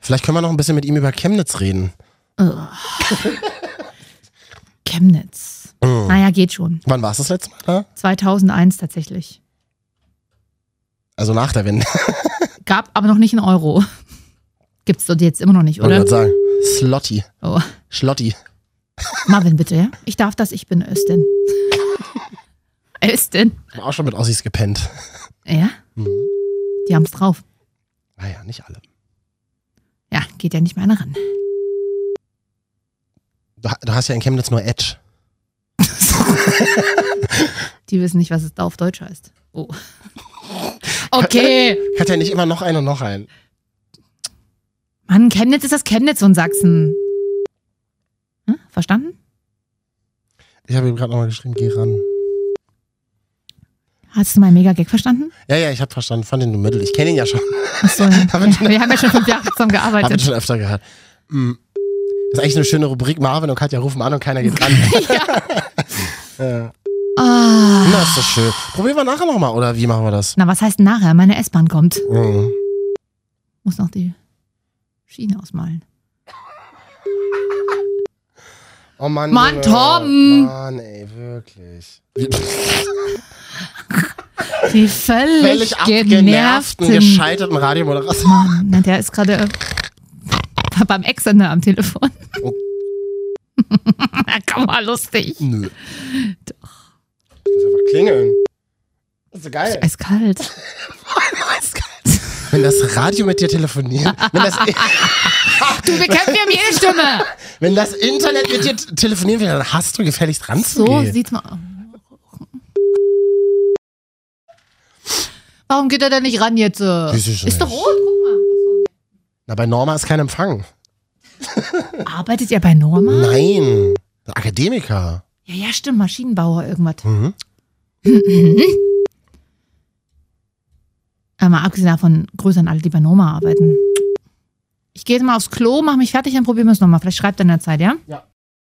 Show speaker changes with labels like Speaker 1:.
Speaker 1: Vielleicht können wir noch ein bisschen mit ihm über Chemnitz reden.
Speaker 2: Chemnitz.
Speaker 1: Mhm.
Speaker 2: Naja, geht schon.
Speaker 1: Wann war es das letzte Mal da?
Speaker 2: 2001 tatsächlich.
Speaker 1: Also nach der Wende.
Speaker 2: Gab aber noch nicht einen Euro. Gibt's dort jetzt immer noch nicht,
Speaker 1: Wollte
Speaker 2: oder?
Speaker 1: gerade sagen. Slotty.
Speaker 2: Oh.
Speaker 1: Schlotti.
Speaker 2: Marvin, bitte, ja? Ich darf das, ich bin Östin. Östin.
Speaker 1: Haben Auch schon mit Ossis gepennt.
Speaker 2: Ja,
Speaker 1: Hm.
Speaker 2: die haben's drauf.
Speaker 1: Naja, Ah nicht alle.
Speaker 2: Ja, geht ja nicht mehr einer ran.
Speaker 1: Du, ha- du hast ja in Chemnitz nur Edge.
Speaker 2: Die wissen nicht, was es da auf Deutsch heißt. Oh. Okay.
Speaker 1: Hat ja nicht immer noch einen und noch einen.
Speaker 2: Mann, Chemnitz ist das Chemnitz und Sachsen. Hm? Verstanden?
Speaker 1: Ich habe ihm gerade nochmal geschrieben, geh ran.
Speaker 2: Hast du meinen Mega-Gag verstanden?
Speaker 1: Ja, ja, ich habe verstanden. Fand den nur mittel. Ich kenne ihn ja schon.
Speaker 2: Achso, ja. wir, wir haben ja schon fünf Jahre zusammen
Speaker 1: Hab ihn
Speaker 2: gearbeitet.
Speaker 1: schon öfter gehört. Hm. Das ist eigentlich eine schöne Rubrik. Marvin und Katja rufen an und keiner geht ran. ja.
Speaker 2: Ah.
Speaker 1: Na, ist das schön. Probieren wir nachher nochmal, oder wie machen wir das?
Speaker 2: Na, was heißt nachher? Meine S-Bahn kommt.
Speaker 1: Mhm.
Speaker 2: Muss noch die Schiene ausmalen.
Speaker 1: Oh Mann.
Speaker 2: Mann,
Speaker 1: Junge.
Speaker 2: Tom!
Speaker 1: Mann, ey, wirklich.
Speaker 2: Die völlig,
Speaker 1: Völlig abgenervten,
Speaker 2: genervten
Speaker 1: gescheiterten Radiomoderatoren.
Speaker 2: Mann, na, der ist gerade äh, beim Ex-Sender am Telefon.
Speaker 1: Oh.
Speaker 2: Komm mal lustig.
Speaker 1: Nö. Doch. Ich lass einfach klingeln. Das ist so geil.
Speaker 2: Eiskalt.
Speaker 1: Also, Wenn das Radio mit dir telefoniert, wenn das,
Speaker 2: Du, wir kämpfen um jede Stimme.
Speaker 1: wenn das Internet mit dir t- telefonieren will, dann hast du gefälligst
Speaker 2: So
Speaker 1: ranzugehen.
Speaker 2: sieht's mal aus. Warum geht er denn nicht ran jetzt? äh?
Speaker 1: Weiß ich
Speaker 2: Ist doch
Speaker 1: nicht.
Speaker 2: rot, guck
Speaker 1: Na, bei Norma ist kein Empfang.
Speaker 2: mal. Arbeitet ihr bei Norma?
Speaker 1: Nein. Ein Akademiker.
Speaker 2: Ja, ja, stimmt. Maschinenbauer, irgendwas.
Speaker 1: Mhm.
Speaker 2: Äh, mal abgesehen davon, Grüße an alle, die bei Norma arbeiten. Ich gehe jetzt mal aufs Klo, mach mich fertig, dann probieren wir es nochmal. Vielleicht schreibt er in der Zeit, ja?
Speaker 1: Ja.